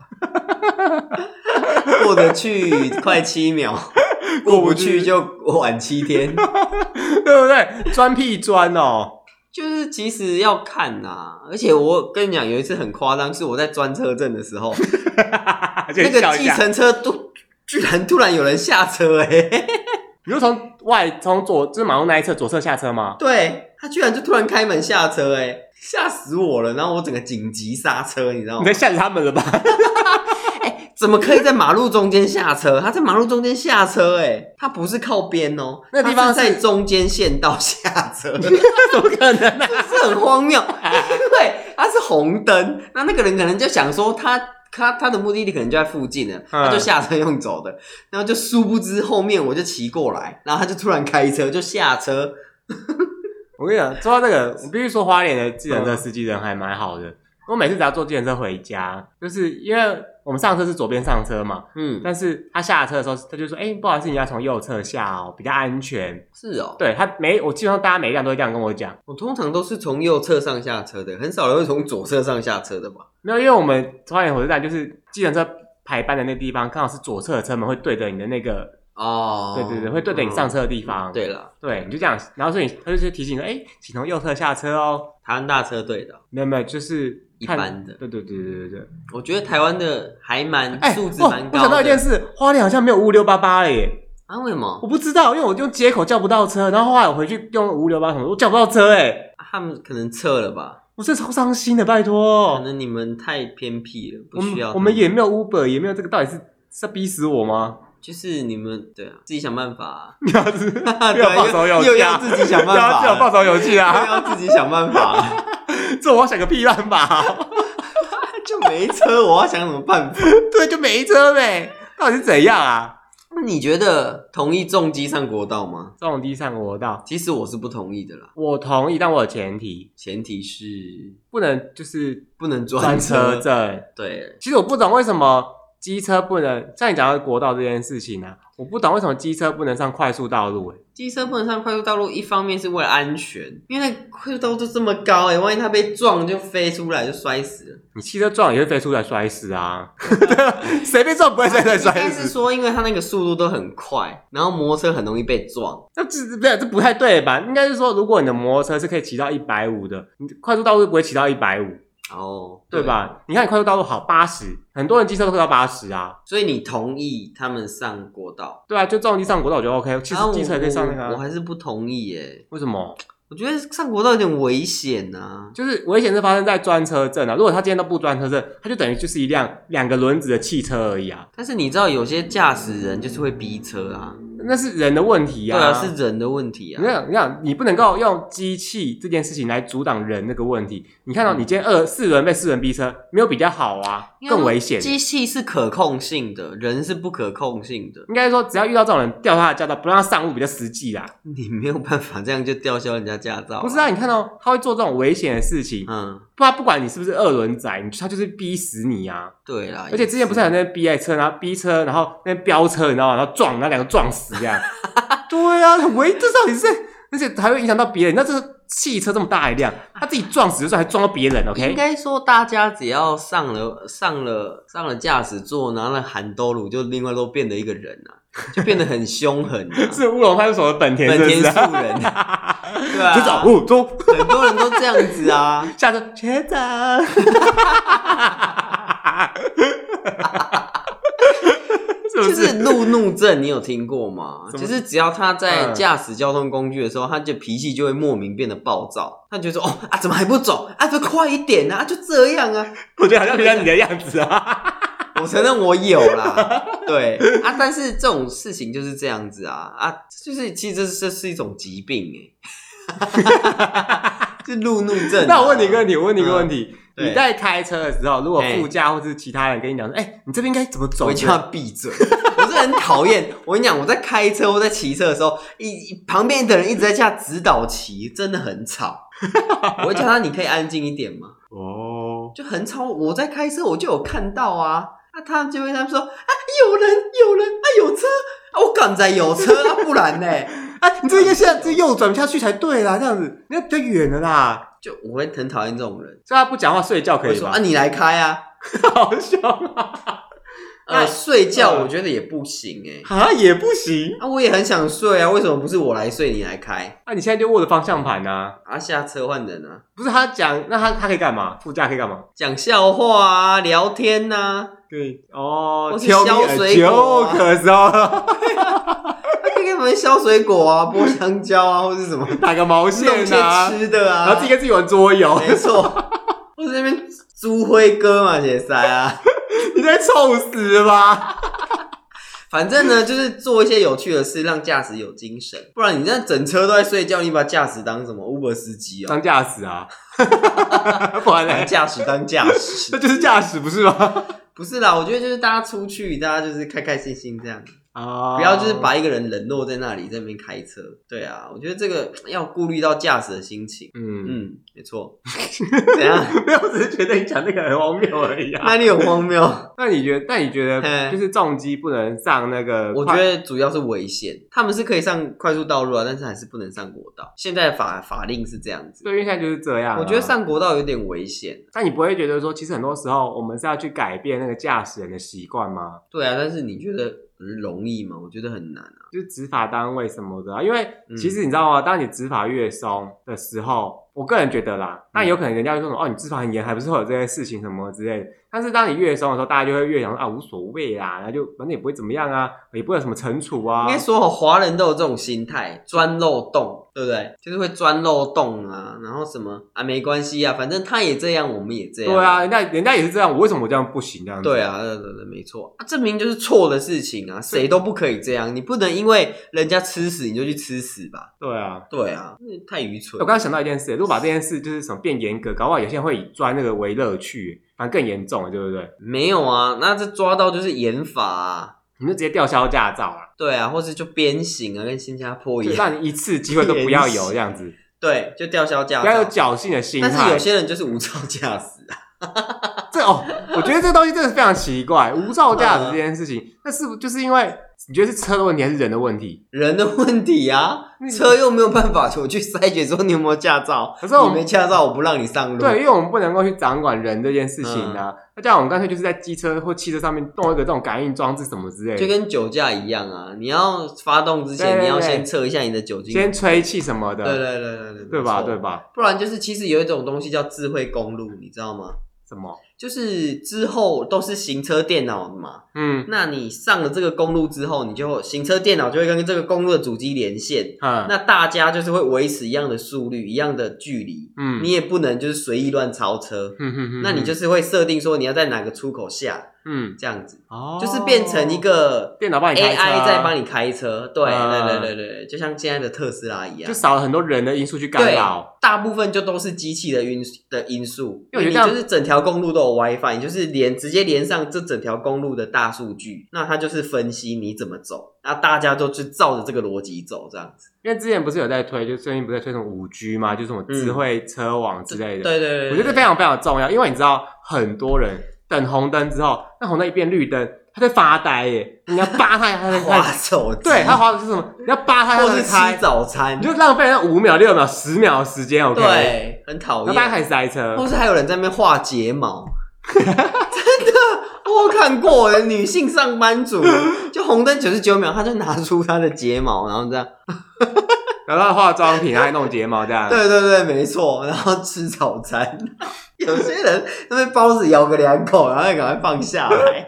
S1: 过得去快七 秒，过不去就晚七天。
S2: 对不对？钻屁钻 哦，
S1: 就是其实要看呐、而且我跟你讲，有一次很夸张，是我在专车证的时 候，
S2: 就
S1: 那
S2: 笑
S1: 个
S2: 一
S1: 计
S2: 下。
S1: 程车突居然突然有人下车、欸，
S2: 你就从外从左就是马路那一侧左侧下车吗？
S1: 对他居然就突然开门下车、欸，吓死我了！然后我整个紧急刹车，你知道 吗
S2: 你在？吓死他们了吧？
S1: 怎么可以在马路中间下车？他在马路中间下车、欸，他不是靠边哦、
S2: 那地方
S1: 他
S2: 是
S1: 是在中间线道下 车。
S2: 怎么可能 啊？
S1: 是很荒谬，因为它是红灯，那那个人可能就想说他。他他的目的地可能就在附近了，
S2: 嗯
S1: 他就下车用走的，然后就殊不知后面我就骑过来，然后他就突然开车就下车，
S2: 我跟你讲，说到这个，我必须说花莲的计程车司机人还蛮好的。我每次只要坐计程车回家，就是因为我们上车是左边上车嘛，
S1: 嗯，
S2: 但是他下车的时候，他就说：“哎、不好意思，你要从右侧下哦，比较安全。
S1: 是哦，
S2: 对”他每我基本上大家每一辆都会这样跟我讲，
S1: 我通常都是从右侧上下车的，很少人会从左侧上下车的吧？
S2: 没有，因为我们花莲火车站就是计程车排班的那地方，刚好是左侧的车门会对着你的那个，
S1: 哦，
S2: 对对对，会对着你上车的地方。
S1: 嗯对了，
S2: 对，你就这样，然后所以他就是提醒说：“哎、请从右侧下车哦。
S1: 台湾大车队的，”
S2: 没有没有，就是
S1: 一
S2: 看
S1: 般的
S2: 对对对对对对。
S1: 我觉得台湾的还蛮
S2: 哎，
S1: 素质
S2: 哇
S1: 蛮
S2: 我
S1: 高
S2: 想到一件
S1: 的。
S2: 事，花莲好像没有五六八八了耶，
S1: 啊，为什么
S2: 我？不知道，因为我用接口叫不到车，然后后来我回去用五六八什么，我叫不到车哎，
S1: 啊他们可能撤了吧？
S2: 我真的超伤心的，拜
S1: 可
S2: 托，
S1: 能你们太偏僻了，
S2: 哦我
S1: 不需要
S2: 们
S1: 他
S2: 我们也没有 Uber，也没有这个，到底是是要逼死我吗？，
S1: 就是你们对啊，自己 想办法、啊
S2: 你要是
S1: 对
S2: 又要放手游
S1: 又
S2: 戏
S1: 要
S2: 啊，
S1: 自己想
S2: 又
S1: 办
S2: 要叫我
S1: 法
S2: 放
S1: 了，
S2: 手游戏
S1: 又
S2: 啊，
S1: 要自己想办法啊了，
S2: 这我要想个屁办法，
S1: 就没车，我要想什么办 法？
S2: 对，就没车呗，到底是怎样啊？
S1: 那你觉得同意重机上国道吗？
S2: 这种低上国道，
S1: 其实我是不同意的啦，
S2: 我同意，但我有前提，
S1: 前提是
S2: 不能就是
S1: 不能
S2: 专
S1: 专
S2: 车
S1: 车。
S2: 证。
S1: 对，
S2: 其实我不懂为什么机车不能，像你讲到国道这件事情啊，我不懂为什么机车不能上快速道路、欸。
S1: 机车不能上快速道路，一方面是为了安全，因为那快速道路就这么高哎、万一它被撞就飞出来就摔死了。
S2: 你汽车撞也会飞出来摔死啊！对啊， 谁被撞不会飞出来
S1: 应
S2: 摔
S1: 该是
S2: 死？
S1: 说，因为它那个速度都很快，然后摩托车很容易被撞。
S2: 那这这不对，这不太对吧？应该是说，如果你的摩托车是可以骑到一百五的，你快速道路不会骑到一百五，
S1: 哦，
S2: 对？吧？你看你快速道路好八十，很多人机车都会到八十啊。
S1: 所以你同意他们上国道？
S2: 对啊，就撞击上国道我觉得 OK，其
S1: 啊
S2: 实
S1: 我
S2: 机车也可以上那个、
S1: 我我
S2: 啊。
S1: 还是不同意耶。
S2: 为什么？
S1: 我觉得上国道有点危险啊呐、
S2: 就是危险是发生在专车证啊！如果他今天都不专车证，他就等于就是一辆两个轮子的汽车而已啊。
S1: 但是你知道，有些驾驶人就是会逼车啊，
S2: 那是人的问题
S1: 对
S2: 啊，
S1: 啊，是人的问题
S2: 你
S1: 啊。
S2: 想，你想，你不能够用机器这件事情来阻挡人那个问题。你看到
S1: 嗯
S2: 你今天二四轮被四轮逼车，没有比较好啊，更危险。
S1: 机器是可控性的，人是不可控性的，
S2: 应该说，只要遇到这种人，吊他的驾照，不让他上路比较实际啦。
S1: 你没有办法这样就吊销人家驾照、
S2: 不是啊，，你看到、他会做这种危险的事情，
S1: 嗯，
S2: 不然不管你是不是二轮仔，你他就是逼死你啊！
S1: 对啦。
S2: 而且之前不是还有那边逼爱车，然后逼车，然后那边飙车，你知道吗？然后撞，然后两个撞死这 样。对啊，很危，这到底是，而且还会影响到别人。那这个汽车这么大一辆，他自己撞死就算，还撞到别人
S1: 应
S2: ，OK？。
S1: 该说，大家只要上了上了上了驾驶座，拿了含兜鲁，就另外都变得一个人啊。就变得很凶狠、啊
S2: 是乌龙派出所的本田，
S1: 本田啊
S2: 是不是
S1: 素人，对啊，
S2: 学长，哦，走，
S1: 很多人都这样子啊。
S2: 下车，学长。 是不？
S1: 就是是路怒症，你有听过吗？
S2: 什
S1: 就
S2: 么
S1: 是只要他在
S2: 嗯
S1: 驾驶交通工具的时候，他就脾气就会莫名变得暴躁。他就说：“哦啊，怎么还不走啊？就快一点啊！啊就这样 啊！”
S2: 我觉得好像比较你的样子啊。
S1: 我承认我有啦，对啊，但是这种事情就是这样子啊啊，就是其实这是这是一种疾病 哎、欸，是路怒症啊、
S2: 那我问你一个问题，我问你一个问题：
S1: 嗯
S2: 你在开车的时候，如果
S1: 嘿
S2: 副驾或是其他人跟你讲说，哎，你这边应该怎么走？哦
S1: 我一定要闭嘴。我是很讨厌，我跟你讲，我在开车或在骑车的时候，一旁边的人一直在下指导棋，真的很吵。我会叫他，你可以安静一点吗？
S2: 哦，
S1: 就很吵。我在开车，我就有看到啊，那、他就会他们说啊，有人，有人啊，有车啊，我赶在有车啊，不然呢、
S2: 哎，你这应该下这右转下去才对啦，这样子，那比较远了啦。
S1: 就我会很讨厌这种人，
S2: 所以他不讲话睡觉
S1: 我
S2: 可
S1: 会
S2: 以
S1: 说
S2: 吗
S1: 啊，？你来开啊。
S2: 好凶 啊！那
S1: 呃，睡觉
S2: 嗯
S1: 我觉得也不行哎、
S2: 啊，也不行。啊
S1: 啊，我也很想睡啊，为什么不是我来睡，你来开？
S2: 那、你现在就握着方向盘啊？
S1: 啊，下车换人啊，
S2: 不是他讲，那他他可以干嘛？副驾可以干嘛？
S1: 讲笑话啊，聊天啊呐、
S2: 对，哦
S1: 或是削水果啊
S2: 可哦，
S1: 啊，可以给你们削水果 啊，剥香蕉啊，或是什么，
S2: 打个毛
S1: 弄
S2: 线啊
S1: 些，吃的
S2: 然后
S1: 啊
S2: 自己，跟自己玩桌游，
S1: 没错，或是那边猪辉哥嘛，解塞啊，
S2: 你在臭死吧？
S1: 反正呢，就是做一些有趣的事，让驾驶有精神，不然你那整车都在睡觉，你把驾驶当什么 Uber 司机哦，
S2: 当驾驶啊， 不然
S1: 把
S2: 嘞，
S1: 驾驶当驾驶
S2: 这。就是驾驶不是吗？
S1: 不是啦，我觉得就是大家出去，大家就是开开心心这样，
S2: 啊
S1: 不要就是把一个人冷落在那里，在那边开车。对啊，我觉得这个要顾虑到驾驶的心情。
S2: 嗯，
S1: 嗯，没 错。怎样？
S2: 没有，只是觉得你讲那个很荒谬而已啊。
S1: 那你很荒谬。
S2: 那你觉得？那你觉
S1: 嘿
S2: 得就是重机不能上那个 快？
S1: 我觉得主要是危险，他们是可以上快速道路啊，但是还是不能上国道。现在的法法令是这样子，
S2: 对，因为现在就是这样啊。
S1: 我觉得上国道有点危险。
S2: 但你不会觉得说，其实很多时候我们是要去改变那个驾驶人的习惯吗？
S1: 对啊，但是你觉得容易吗？我觉得很难啊。
S2: 就是执法单位什么的啊、因为
S1: 嗯
S2: 其实你知道吗？当你执法越松的时候，我个人觉得啦，
S1: 嗯
S2: 但有可能人家会说什么哦，你执法很严，还不是会有这些事情什么之类的。但是当你越松的时候，大家就会越想说啊，无所谓啦，然后就反正也不会怎么样啊，也不会有什么惩处啊
S1: 应。该说，华人都有这种心态，钻漏洞，对不对？就是会钻漏洞啊，然后什么啊，没关系啊，反正他也这样，我们也这样。
S2: 对啊，，人家人家也是这样，我为什么我这样不行这样子？
S1: 对，啊，对对对，没错啊，证明就是错的事情啊，谁都不可以这样，你不能因为人家吃屎你就去吃屎吧？
S2: 对啊。
S1: 对啊，那太愚蠢
S2: 我。刚刚想到一件事，如果把这件事就是什么变严格，搞不好有些人会以抓那个为乐趣，反正更严重了，对不对？
S1: 没有啊，那这抓到就是严法啊，
S2: 你就直接吊销驾照啦，
S1: 对啊，或是就鞭刑啊，跟新加坡
S2: 就
S1: 一样，
S2: 让你一次机会都不要有这样子，
S1: 对，就 吊销驾
S2: 不要有
S1: 照。
S2: 侥幸的心态。
S1: 但是有些人就是无照驾驶啊，
S2: 这哦，我觉得这个东西真的是非常奇怪，无照驾驶这件事
S1: 嗯
S2: 情，那是不就是因为你觉得是车的问题还是人的问题？
S1: 人的问题啊
S2: 那，你
S1: 车又没有办法我去筛选说你有没有驾照，
S2: 嗯可是我
S1: 你
S2: 们
S1: 没驾照我不让你上路。
S2: 对，因为我们不能够去掌管人这件事情
S1: 嗯
S2: 啊。那这样我们干脆就是在机车或汽车上面弄一个这种感应装置什么之类
S1: 就
S2: 的，
S1: 跟酒驾一样啊，你要发动之前，
S2: 对对
S1: 你要
S2: 对
S1: 先测一下你的酒精。
S2: 先吹气什么的，
S1: 对对对对对，
S2: 对
S1: 没
S2: 吧？
S1: 错
S2: 对？吧？
S1: 不然就是其实有一种东西叫智慧公路，你知道吗？
S2: 什么？
S1: 就是之后都是行车电脑嘛，
S2: 嗯
S1: 那你上了这个公路之后，你就行车电脑就会跟这个公路的主机连线，
S2: 嗯，
S1: 那大家就是会维持一样的速率、一样的距离，
S2: 嗯
S1: 你也不能就是随意乱超车，
S2: 嗯嗯嗯
S1: 那你就是会设定说你要在哪个出口下
S2: 嗯
S1: 这样子，
S2: 哦，
S1: 就是变成一个
S2: 电脑帮你开车啊
S1: AI 在帮
S2: 你，
S1: 你开车，对
S2: 嗯
S1: 对对对对，就像现在的特斯拉一样
S2: 就，少了很多人的因素去干
S1: 对
S2: 扰。，
S1: 大部分就都是机器的因的因素，
S2: 因为我觉得
S1: 你
S2: 这样
S1: 就是整条公路都有 WiFi，你就是连直接连上这整条公路的大数据，那它就是分析你怎么走，那大家都是照着这个逻辑走，这样子，
S2: 因为之前不是有在推，就最近不是在推什么五 G 吗？就什么智慧车网之
S1: 对
S2: 类的。
S1: 对对，对
S2: 我觉得这非常非常重要，因为你知道很多人等红灯之后，那红灯一变绿灯，他在发呆耶，你要扒他，他在
S1: 划
S2: 看，
S1: 手机，
S2: 对他划的是什么？你要扒他，他
S1: 或
S2: 在
S1: 是
S2: 开
S1: 吃，早餐
S2: 你，就浪费那五秒、六秒、十秒的时间，OK？，
S1: 对，很讨
S2: 然后大家
S1: 厌，
S2: 开始塞车
S1: 或，是还有人在那边画睫毛，真的，我看过耶女性上班族，就红灯九十九秒，她就拿出她的睫毛，然后这样，
S2: 然后化妆品还弄睫毛这样，
S1: 对对对，没错，然后吃早餐。 有些人那边包子咬个两口，然后再赶快放下来。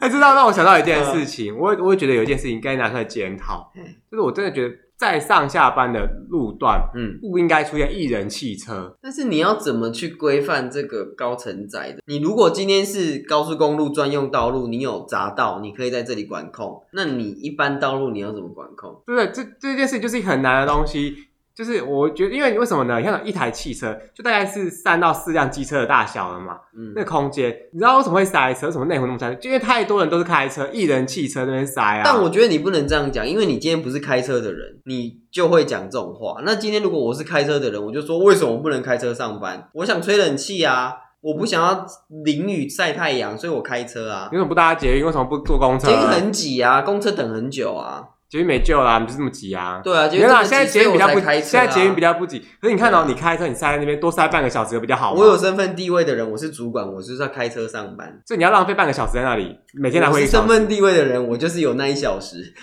S2: 哎，这让让我想到一件
S1: 嗯
S2: 事情，我我也觉得有一件事情该拿出来检讨，就是我真的觉得在上下班的路段
S1: 嗯，
S2: 不应该出现一人汽车。
S1: 但是你要怎么去规范这个高承载的？你如果今天是高速公路专用道路，你有匝道，你可以在这里管控。那你一般道路你要怎么管控？
S2: 对不对？这这件事情就是很难的东西。就是我觉得，因为为什么呢？你看一台汽车就大概是三到四辆机车的大小了嘛，
S1: 嗯，
S2: 那空间，你知道为什么会塞车？为什么内湖那么塞车？就因为太多人都是开车，一人汽车那边塞啊。
S1: 但我觉得你不能这样讲，因为你今天不是开车的人，你就会讲这种话。那今天如果我是开车的人，我就说为什么我不能开车上班？我想吹冷气啊，
S2: 嗯
S1: 我不想要淋雨晒太阳，所以我开车啊
S2: 你。为什么不搭捷运？为什么不坐公车
S1: 捷运？很挤啊，公车等很久啊。
S2: 捷运没救啦、你就是这么挤啊。
S1: 对啊，捷运
S2: 没有
S1: 这
S2: 啦，
S1: 么
S2: 现在
S1: 挤，
S2: 捷
S1: 所以
S2: 运比
S1: 我
S2: 较不，
S1: 才开车、啊。
S2: 现在捷运比
S1: 较，
S2: 较不挤。可是你看哦，
S1: 对啊
S2: 你开车你塞在那边多塞半个小时不较好吗？
S1: 我有，身份地位的人，我是主管，我就是要开车上班。
S2: 所以你要浪费半个小时在那里，每天来
S1: 我
S2: 回
S1: 是
S2: 一个小
S1: 身
S2: 时
S1: 份地位的人，我就是有那一小 时。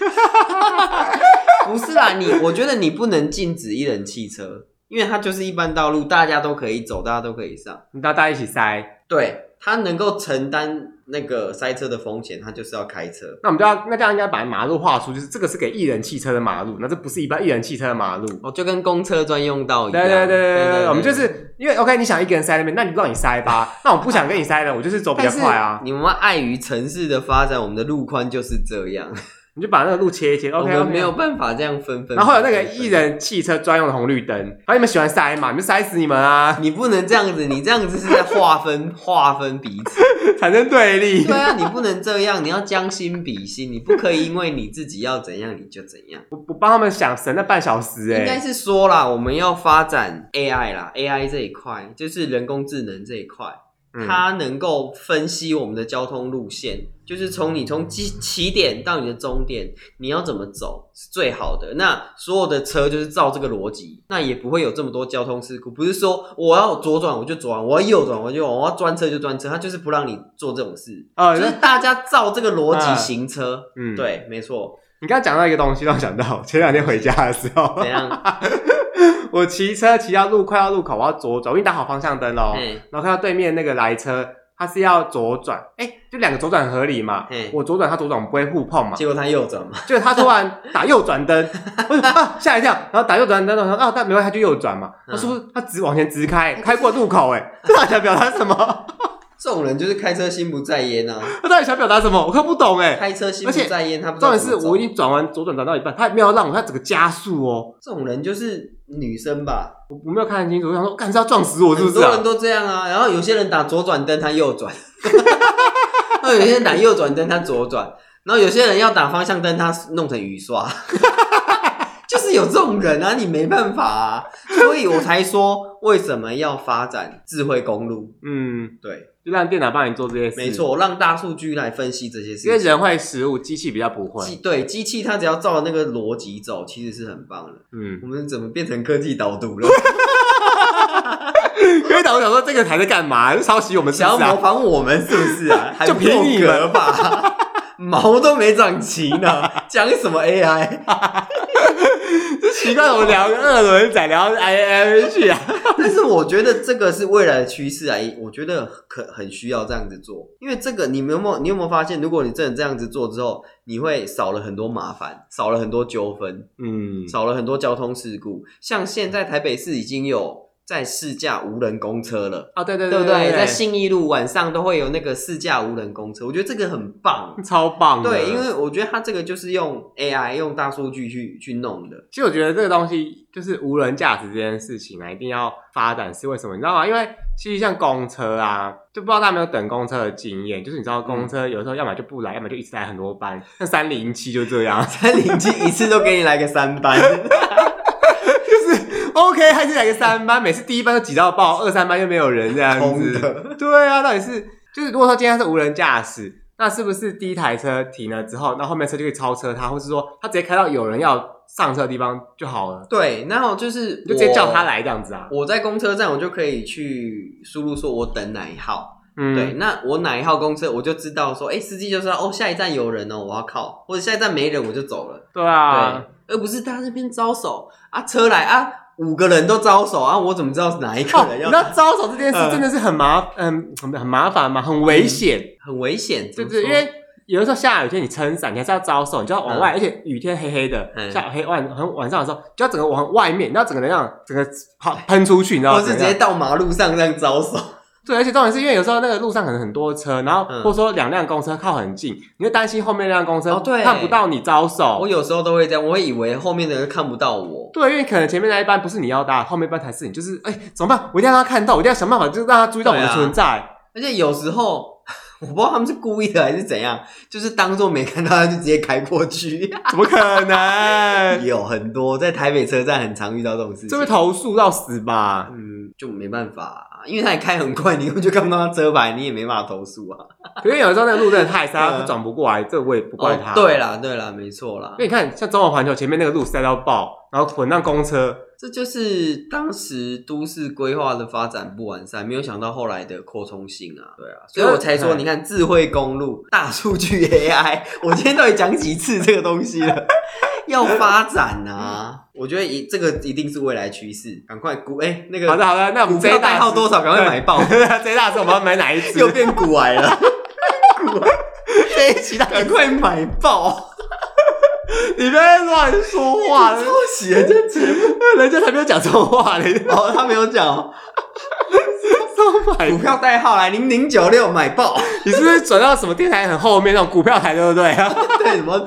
S1: 不是啦，你我觉得你不能禁止一人汽车，因为它就是一般道路，大家都可以走，大家都可以上。
S2: 你大家一起塞，
S1: 对，它能够承担那个塞车的风险，它就是要开车。
S2: 那我们就要那这样应该把马路画出，就是这个是给一人汽车的马路，那这不是一般一人汽车的马路。
S1: 哦，就跟公车专用道一
S2: 对
S1: 样。
S2: 对对对对，我们就是因为 OK，你想一个人塞那边，那你不让你塞 吧，那我不想跟你塞了，我就是走比较
S1: 但是
S2: 快啊，
S1: 你们碍于城市的发展，我们的路宽就是这样，
S2: 你就把那个路切一切
S1: 我
S2: ，OK，
S1: 们没有。办法这样分分。
S2: 然后有那个一，人汽车专用的红绿灯，然后你们喜欢塞嘛，你们塞死你们啊，
S1: 你不能这样子，你这样子是在划分划分彼此。
S2: 产生对 立。
S1: 对啊，你不能这样，你要将心比心，你不可以因为你自己要怎样你就怎样。
S2: 我我帮他们想省那半小时、
S1: 应该
S2: 哎，
S1: 是说啦，我们要发展 AI 啦，AI 这一块就是人工智能这一块。
S2: 嗯
S1: 它能够分析我们的交通路线，就是从你从起起点到你的终点，你要怎么走是最好的。那所有的车就是照这个逻辑，那也不会有这么多交通事故。不是说我要左转我就左转，我要右转我就右转我要专车就专车，它就是不让你做这种事，
S2: 哦，
S1: 就是大家照这个逻辑行车。
S2: 嗯，
S1: 对，没错。
S2: 你刚刚讲到一个东西，让我想到前两天回家的时候
S1: 怎，样？
S2: 我骑车骑到路快到路口，我要左转，我已经打好方向灯哦喽，
S1: 嘿，
S2: 然后看到对面那个来车，他是要左转，哎、就两个左转合理嘛
S1: 嘿，
S2: 我左转他左转我们不会互碰嘛，
S1: 结果他右转嘛。
S2: 就是他突然打右转 灯，我说啊吓一跳，然后打右转灯，我说啊，但没关系，他就右转嘛。
S1: 嗯
S2: 他说他直往前直开，开过路口，哎，这到底想表达 什么？
S1: 这种人就是开车心不在焉啊，
S2: 他到底想表达什么？我看不懂哎。
S1: 开车心不在焉，他不知
S2: 重
S1: 道
S2: 点
S1: 怎么
S2: 是
S1: 走。
S2: 我已经转完左转转到一半，他也没有让我，他整个加速哦，
S1: 这种人就是女生吧，
S2: 我我没有看得清楚，我想说，哦干是要撞死我是不
S1: 很
S2: 是
S1: 多
S2: 啊
S1: 人？都这样啊，然后有些人打左转灯，他右 转；那有些人打右转灯，他左转；然后有些人要打方向灯，他弄成雨 刷。就是有这种人啊，你没办法啊，所以我才说为什么要发展智慧公路？
S2: 嗯，
S1: 对，
S2: 就让电脑帮你做这些事，
S1: 没，错，让大数据来分析这些
S2: 因为
S1: 事情。
S2: 人会失误，机器比较不
S1: 机
S2: 会。
S1: 对机器，它只要照那个逻辑走，其实是很棒的。
S2: 嗯，
S1: 我们怎么变成科技导读 了？
S2: 啊因为导我想说这个台在干嘛？就抄袭我们是
S1: 想
S2: 不
S1: 要
S2: 是
S1: 模
S2: 啊？
S1: 仿我们是不是 啊？还
S2: 就
S1: 不
S2: 凭你
S1: 够格吧， 毛都没长齐呢，讲什么 AI？
S2: 奇怪，我们聊二轮仔聊 I M 去啊。
S1: 但是我觉得这个是未来的趋势啊，我觉得可很需要这样子做，因为这个你们有没有你有没有发现，如果你真的这样子做之后，你会少了很多麻烦，少了很多纠纷，
S2: 嗯，
S1: 少了很多交通事故。像现在台北市已经有在试驾无人公车了。
S2: 啊，对对
S1: 对不
S2: 对
S1: 对？在信义路晚上都会有那个试驾无人公车，我觉得这个很棒。
S2: 超棒的。
S1: 对，因为我觉得它这个就是用 AI 用大数据去去弄的。。
S2: 其实我觉得这个东西就是无人驾驶这件事情啊，一定要发展是为什么？你知道吗？因为其实像公车啊，就不知道大家有没有等公车的经验，就是你知道公车有时候要么就不来，要么就一直来很多班，像三零七就这 样
S1: 三零七一次都给你来个三班，
S2: OK，还是来个三班，每次第一班都挤到爆，二三班又没有人这样
S1: 空
S2: 子。
S1: 的。
S2: 对啊，到底是就是如果说今天是无人驾驶，那是不是第一台车停了之后，那后面车就可以超车它，或是说它直接开到有人要上车的地方就好了？
S1: 对，然后就是
S2: 你就直接叫他。来这样子啊？
S1: 我在公车站，我就可以去输入说我等哪一号，
S2: 嗯，
S1: 对，，那我哪一号公车，我就知道说，哎、司机就说，哦，下一站有人哦，我要靠，或者下一站没人我就走了，
S2: 对啊，
S1: 对，而不是他那边招手啊，车来啊，五个人都招手啊，我怎么知道是哪一个
S2: 哦，
S1: 人
S2: 你
S1: 要？
S2: 知道招手这件事
S1: 嗯
S2: 真的是很麻，嗯，很很麻烦嘛，很危险，
S1: 很危险，对
S2: 对不对？因为有的时候下雨天你撑伞，你还是要招手，你就要往外，而且雨天黑黑的，
S1: 嗯
S2: 下雨黑晚很晚上的时候，就要整个往外面，你要整个人让整个跑喷出去，你知道吗？
S1: 或是直接到马路上这样招手，
S2: 对，而且重点是因为有时候那个路上可能很多车，然后
S1: 嗯
S2: 或者说两辆公车靠很近，你会担心后面那辆公车
S1: 哦对
S2: 看不到你招手。
S1: 我有时候都会这样，我会以为后面的人看不到我，
S2: 对，因为可能前面那一班不是你要搭，后面一班才是你，就是哎怎么办？我一定要让他看到，我一定要想办法，就是让他注意到我的
S1: 对啊
S2: 存在。
S1: 而且有时候 我不知道他们是故意的还是怎样，就是当做没看到，他就直接开过 去。
S2: 怎么可能？
S1: 有很多在台北车站很常遇到这种事
S2: 这会
S1: 情，
S2: 投诉到死吧？
S1: 嗯，就没办法、啊因为他也开很快，你根本就看不到他车牌，你也没办法投诉啊。
S2: 可是有时候那个路真的太塞，
S1: 对
S2: 他
S1: 啊哦
S2: 转不过来，这我也不怪他。
S1: 对，啦，对啦，没错啦
S2: 因为，你看像中华环球前面那个路塞到爆，然后混上公车，
S1: 这就是当时都市规划的发展不完善，没有想到后来的扩充性啊，对啊，所以我才说，
S2: 嗯
S1: 你看智慧公路、大数据 AI，我今天到底讲几次这个东西了？要发展啊，我觉得一这个一定是未来趋势，赶快股哎、那
S2: 好
S1: 个
S2: 的好的，那我
S1: 股
S2: 们这
S1: 票
S2: 一大
S1: 代号
S2: 支
S1: 多少，赶快买爆。
S2: 对 这一大次我们要买哪一只？
S1: 又变古癌 了，古癌这一期赶快买爆，
S2: 你不要乱说 话，
S1: 抄袭人家节目，
S2: 人家才没有讲这种话嘞，
S1: 哦，他没有讲哦
S2: 都买
S1: 股票，代号来零零九六买爆，
S2: 你是不是转到什么电台很后面那种股票台，对不对？
S1: 对什么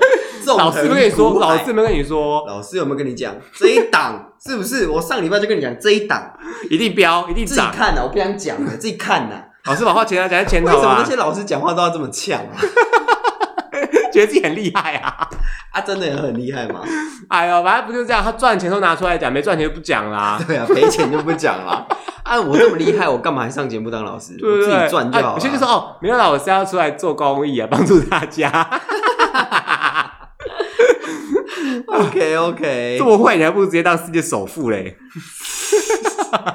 S1: 纵
S2: 老师
S1: 横
S2: 没跟你说，
S1: 股海
S2: 老师没跟你说，
S1: 老师有没有跟你讲这一档是不是？我上礼拜就跟你讲这一档，
S2: 一定飙，一定
S1: 自己
S2: 涨。
S1: 看呐、我不想讲啊了，自己看呐、
S2: 老师把话前头讲在前
S1: 为
S2: 头
S1: 什么那
S2: 啊，
S1: 些老师讲话都要这么呛啊？
S2: 觉得自己很厉害啊。
S1: 啊，真的很厉害吗？
S2: 哎呦，反正不就这样，他赚钱都拿出来讲，没赚钱就不讲 啦。
S1: 对啊，赔钱就不讲了。 啊，我那么厉害，我干嘛还上节目当老师？
S2: 对不对？
S1: 我自己赚就好
S2: 啊
S1: 了。
S2: 有些就说哦，没有老师要出来做公益啊，帮助大 家。
S1: OK OK，
S2: 这么会，你还不如直接当世界首富嘞！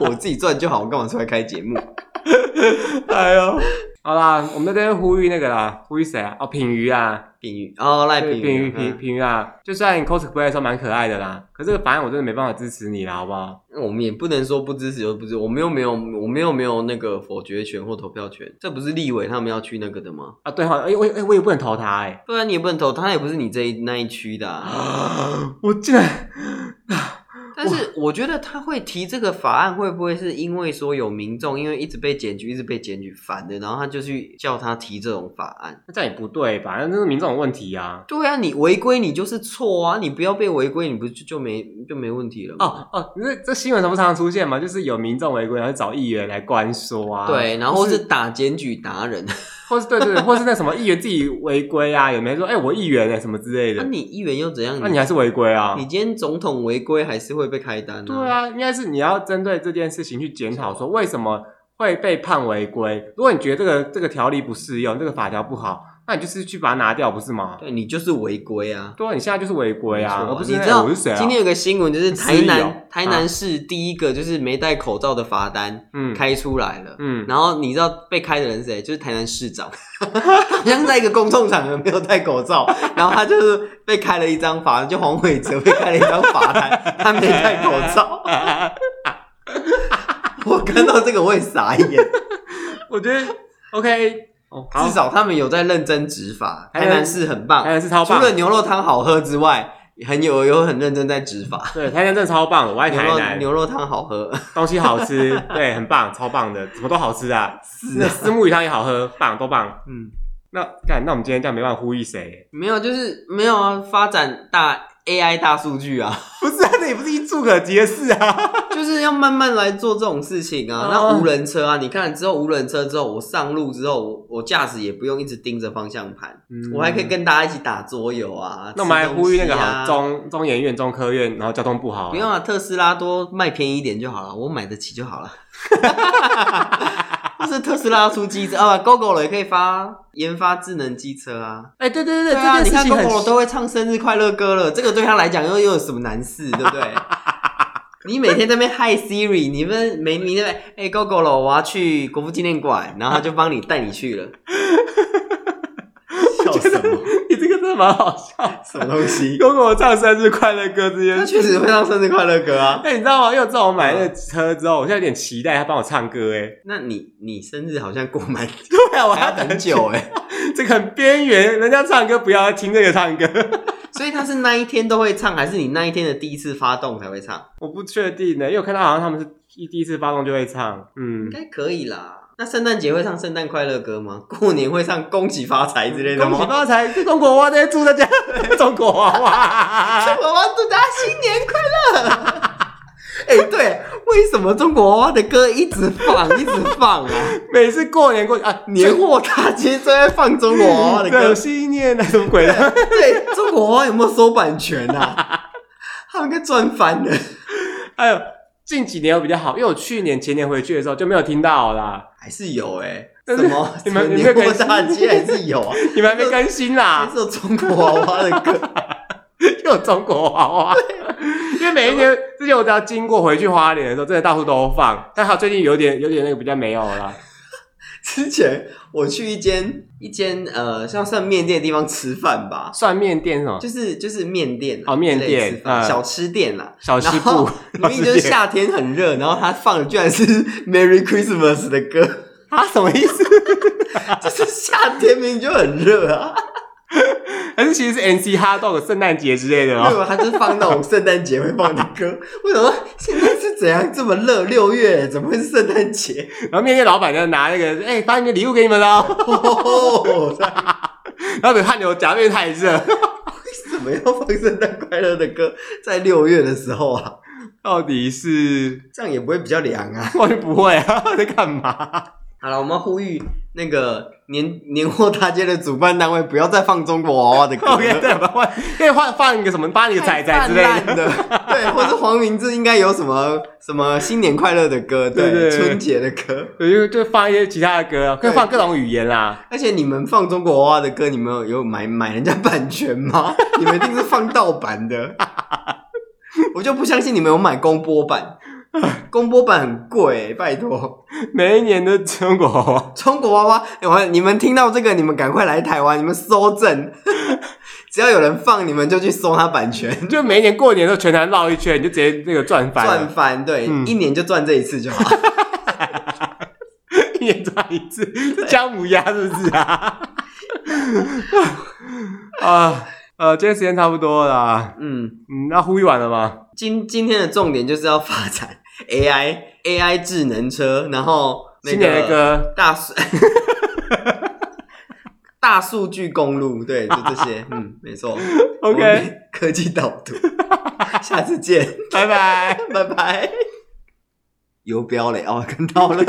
S1: 我自己赚就好，我干嘛出来开节目？
S2: 哎呦，好啦，我们在这边呼吁那个啦，呼吁谁啊？哦，品瑜啊，
S1: 品鱼哦，赖
S2: 对，
S1: 品
S2: 平
S1: 鱼，
S2: 鱼平平鱼啊，就算你 cosplay 的时候蛮可爱的啦，可是这个法案我真的没办法支持你啦，好不好？
S1: 嗯我们也不能说不支持就不支持，我们又没有，我们又没有那个否决权或投票权，这不是立委他们要去那个的吗？
S2: 啊，对哈、哎、我哎、我也不能投他哎、
S1: 不啊然你也不能投，他也不是你这一那一区的、啊。
S2: 啊，我竟然啊
S1: 但是我觉得他会提这个法案，会不会是因为说有民众因为一直被检举，一直被检举烦的，然后他就去叫他提这种法案？
S2: 那这样也不对吧？那这是民众的问题啊。
S1: 对啊，你违规你就是错啊，你不要被违规，你不就就没就没问题了吗？
S2: 哦哦，这这新闻上不常常出现嘛，就是有民众违规，然后找议员来关说啊，，
S1: 哦对，然后
S2: 不是
S1: 是打检举达人，
S2: 或是对对对，或是那什么议员自己违规啊，有没有说哎、我议员哎、什么之类
S1: 那、
S2: 的，
S1: 啊你议员又怎样？
S2: 那、你还是违规啊
S1: 你。今天总统违规还是会被开单、啊。
S2: 对，啊，应该是你要针对这件事情去检讨，说为什么会被判违规。如果你觉得这个这个条例不适用，这个法条不好，那你就是去把它拿掉，不是吗？
S1: 对你就是违规啊。
S2: 对啊，你现在就是违规
S1: 没
S2: 啊，
S1: 错
S2: 而不是
S1: 你
S2: 那
S1: 知道、
S2: 哎我是谁啊？
S1: 今天有个新闻，就是台
S2: 失忆
S1: 南、
S2: 哦
S1: 台
S2: 啊
S1: 南市第一个就是没戴口罩的罚单、
S2: 嗯
S1: 开出来了。
S2: 嗯，
S1: 然后你知道被开的人是谁？就是台南市长， 好像在一个公众场合没有戴口罩， 然后他就是被开了一张罚单，就黄伟哲被开了一张罚 单，他没戴口罩。我看到这个我也傻眼，
S2: 我觉得 OK 哦，好
S1: 至，少他们有在认真执法，
S2: 台南
S1: 台南市很棒
S2: 台。哎南是超
S1: 除
S2: 棒，
S1: 了牛肉汤好喝之外，很有有很认真在执法。
S2: 对台南真的超棒的，我爱
S1: 牛
S2: 台
S1: 肉
S2: 南，
S1: 牛肉汤好喝，
S2: 东西好吃， 对，很棒，超棒的，什么都好吃啊，
S1: 是
S2: 那
S1: 啊，
S2: 丝木鱼汤也好喝，棒都棒。
S1: 嗯，
S2: 那干，那我们今天这样没办法呼吁谁？
S1: 没有，就是没有啊，发展大 AI 大数据啊，
S2: 不是啊，这也不是一触可及的事啊。
S1: 就是要慢慢来做这种事情啊
S2: 哦。
S1: 那无人车啊，你看之后无人车之后，我上路之后，我我驾驶也不用一直盯着方向盘，
S2: 嗯
S1: 我还可以跟大家一起打桌游啊。
S2: 那我们还呼吁那
S1: 吃
S2: 个
S1: 东西
S2: 好
S1: 啊。
S2: 中中研院、中科院，然后交通部好，
S1: 不用啊，特斯拉多卖便宜一点就好了，我买得起就好了。 但是特斯拉要出机车啊，GoGo 了也可以发研发智能机车啊。
S2: 哎、对对对
S1: 对啊，你
S2: 这件事
S1: 看
S2: 情很
S1: GoGo 都会唱生日快乐歌了，这个对他来讲又又有什么难事，对不对？你每天在那边嗨 Siri，你们没你那边哎 g o g o 了，我要去国父纪念馆，然后他就帮你带你去 了，
S3: 笑什么？
S2: 你这个真的蛮好笑。
S3: 什么东西？
S2: 如果我唱生日快乐歌这件
S1: 他
S2: 事，
S1: 确实会唱生日快乐歌啊。
S2: 哎、你知道吗？因为自从我买那个车之后，我现在有点期待他帮我唱歌、 哎，
S1: 那你你生日好像过蛮
S2: 对啊，我
S1: 还要很久哎、
S2: 这个很边缘，人家唱歌不要听这个唱歌，
S1: 所以他是那一天都会唱，还是你那一天的第一次发动才会唱？
S2: 我不确定呢，因为我看到好像他们是一第一次发动就会唱，嗯
S1: 应，该可以啦。那圣诞节会唱圣诞快乐歌吗？ 过年会唱恭喜发财之类的
S2: 恭喜
S1: 吗？
S2: 发财，是中国娃在祝大家 中国娃 娃，
S1: 娃娃祝大家新年快乐！ 哎、对，为什么中国娃娃的歌一直放，一直放啊？
S2: 每次过年过啊
S1: 年货大街都在放中国娃娃 的歌
S2: 对，新年那什么鬼的，
S1: 对，中国娃娃有没有收版权啊？ 他们应该赚翻了。
S2: 还有哎近几年有比较好，因为我去年前年回去的时候就没有听到啦，
S1: 还是有哎、
S2: 但
S1: 什
S2: 是
S1: 么 什
S2: 你们
S1: 么
S2: 你们有
S1: 年货
S2: 更新
S1: 大街还是有啊，
S2: 你们 还没更新 啦
S1: 还，是有中国娃娃的歌。
S2: 又有中国娃娃。
S1: 啊
S2: 因为每一年之前我只要经过回去花莲的时候，真的到处都放，但他最近有点有点那个比较没有了啦。
S1: 之前我去一间一间呃，像算面店的地方吃饭吧，
S2: 算面店是吗？
S1: 就是就是面店啦
S2: 哦面
S1: 之类
S2: 店
S1: 吃饭
S2: 嗯
S1: 小吃店啦。
S2: 小吃
S1: 然
S2: 部
S1: 后， 明明就是夏天很热，然后他放的居然是 Merry Christmas 的歌，
S2: 啊，什么意思？
S1: 就是夏天明明就很热啊，
S2: 还是其实是 NC 哈 dog 圣诞节之类的
S1: 为什
S2: 哦？
S1: 么他就是放那种圣诞节会放的歌？为什么现在是怎样这么热？六月怎么会是圣诞节？
S2: 然后面店老板就拿那个，哎、把你的礼物给你们哦。
S1: 哦，
S2: 然后汗流浃背太热，
S1: 为什么要放圣诞快乐的歌在六月的时候啊？
S2: 到底是
S1: 这样也不会比较凉啊。
S2: 我就不会啊， 在干嘛？
S1: 好了，我们呼吁那个年年货大街的主办单位不要再放中国娃娃的歌了
S2: OK，对吧？换可以换放一个什么，把你的仔仔之类
S1: 太
S2: 的。
S1: 泛滥的，对，或是黄明志应该有什么什么新年快乐的歌，对，
S2: 对对对
S1: 春节的歌。
S2: 对，就就放一些其他的歌啊，可以放各种语言啊 啦。
S1: 而且你们放中国娃娃的歌，你们有有买买人家版权吗？ 你们一定是放盗版的， 我就不相信你们有买公播版，公播版很贵、拜托。
S2: 每一年的中国娃娃，
S1: 中国娃娃，哎我你们听到这个，你们赶快来台湾，你们搜证，只要有人放，你们就去搜他版权。
S2: 就每一年过年都全台绕一圈，你就直接那个赚翻
S1: 赚
S2: 了，
S1: 翻，对，
S2: 嗯
S1: 一年就赚这一次就好。
S2: 一年赚一次，是姜母鸭是不是啊？ 啊呃，今天时间差不多啦，
S1: 嗯，
S2: 嗯，那呼吁完了吗？
S1: 今今天的重点就是要发展 AI AI 智能车，然后、那个、
S2: 新年的歌，
S1: 大数 大数据公路，对，就这些，嗯，没错
S2: OK
S1: 我们科技导图，下次见，
S2: 拜拜。
S1: 拜拜。游标嘞，哦，看到了。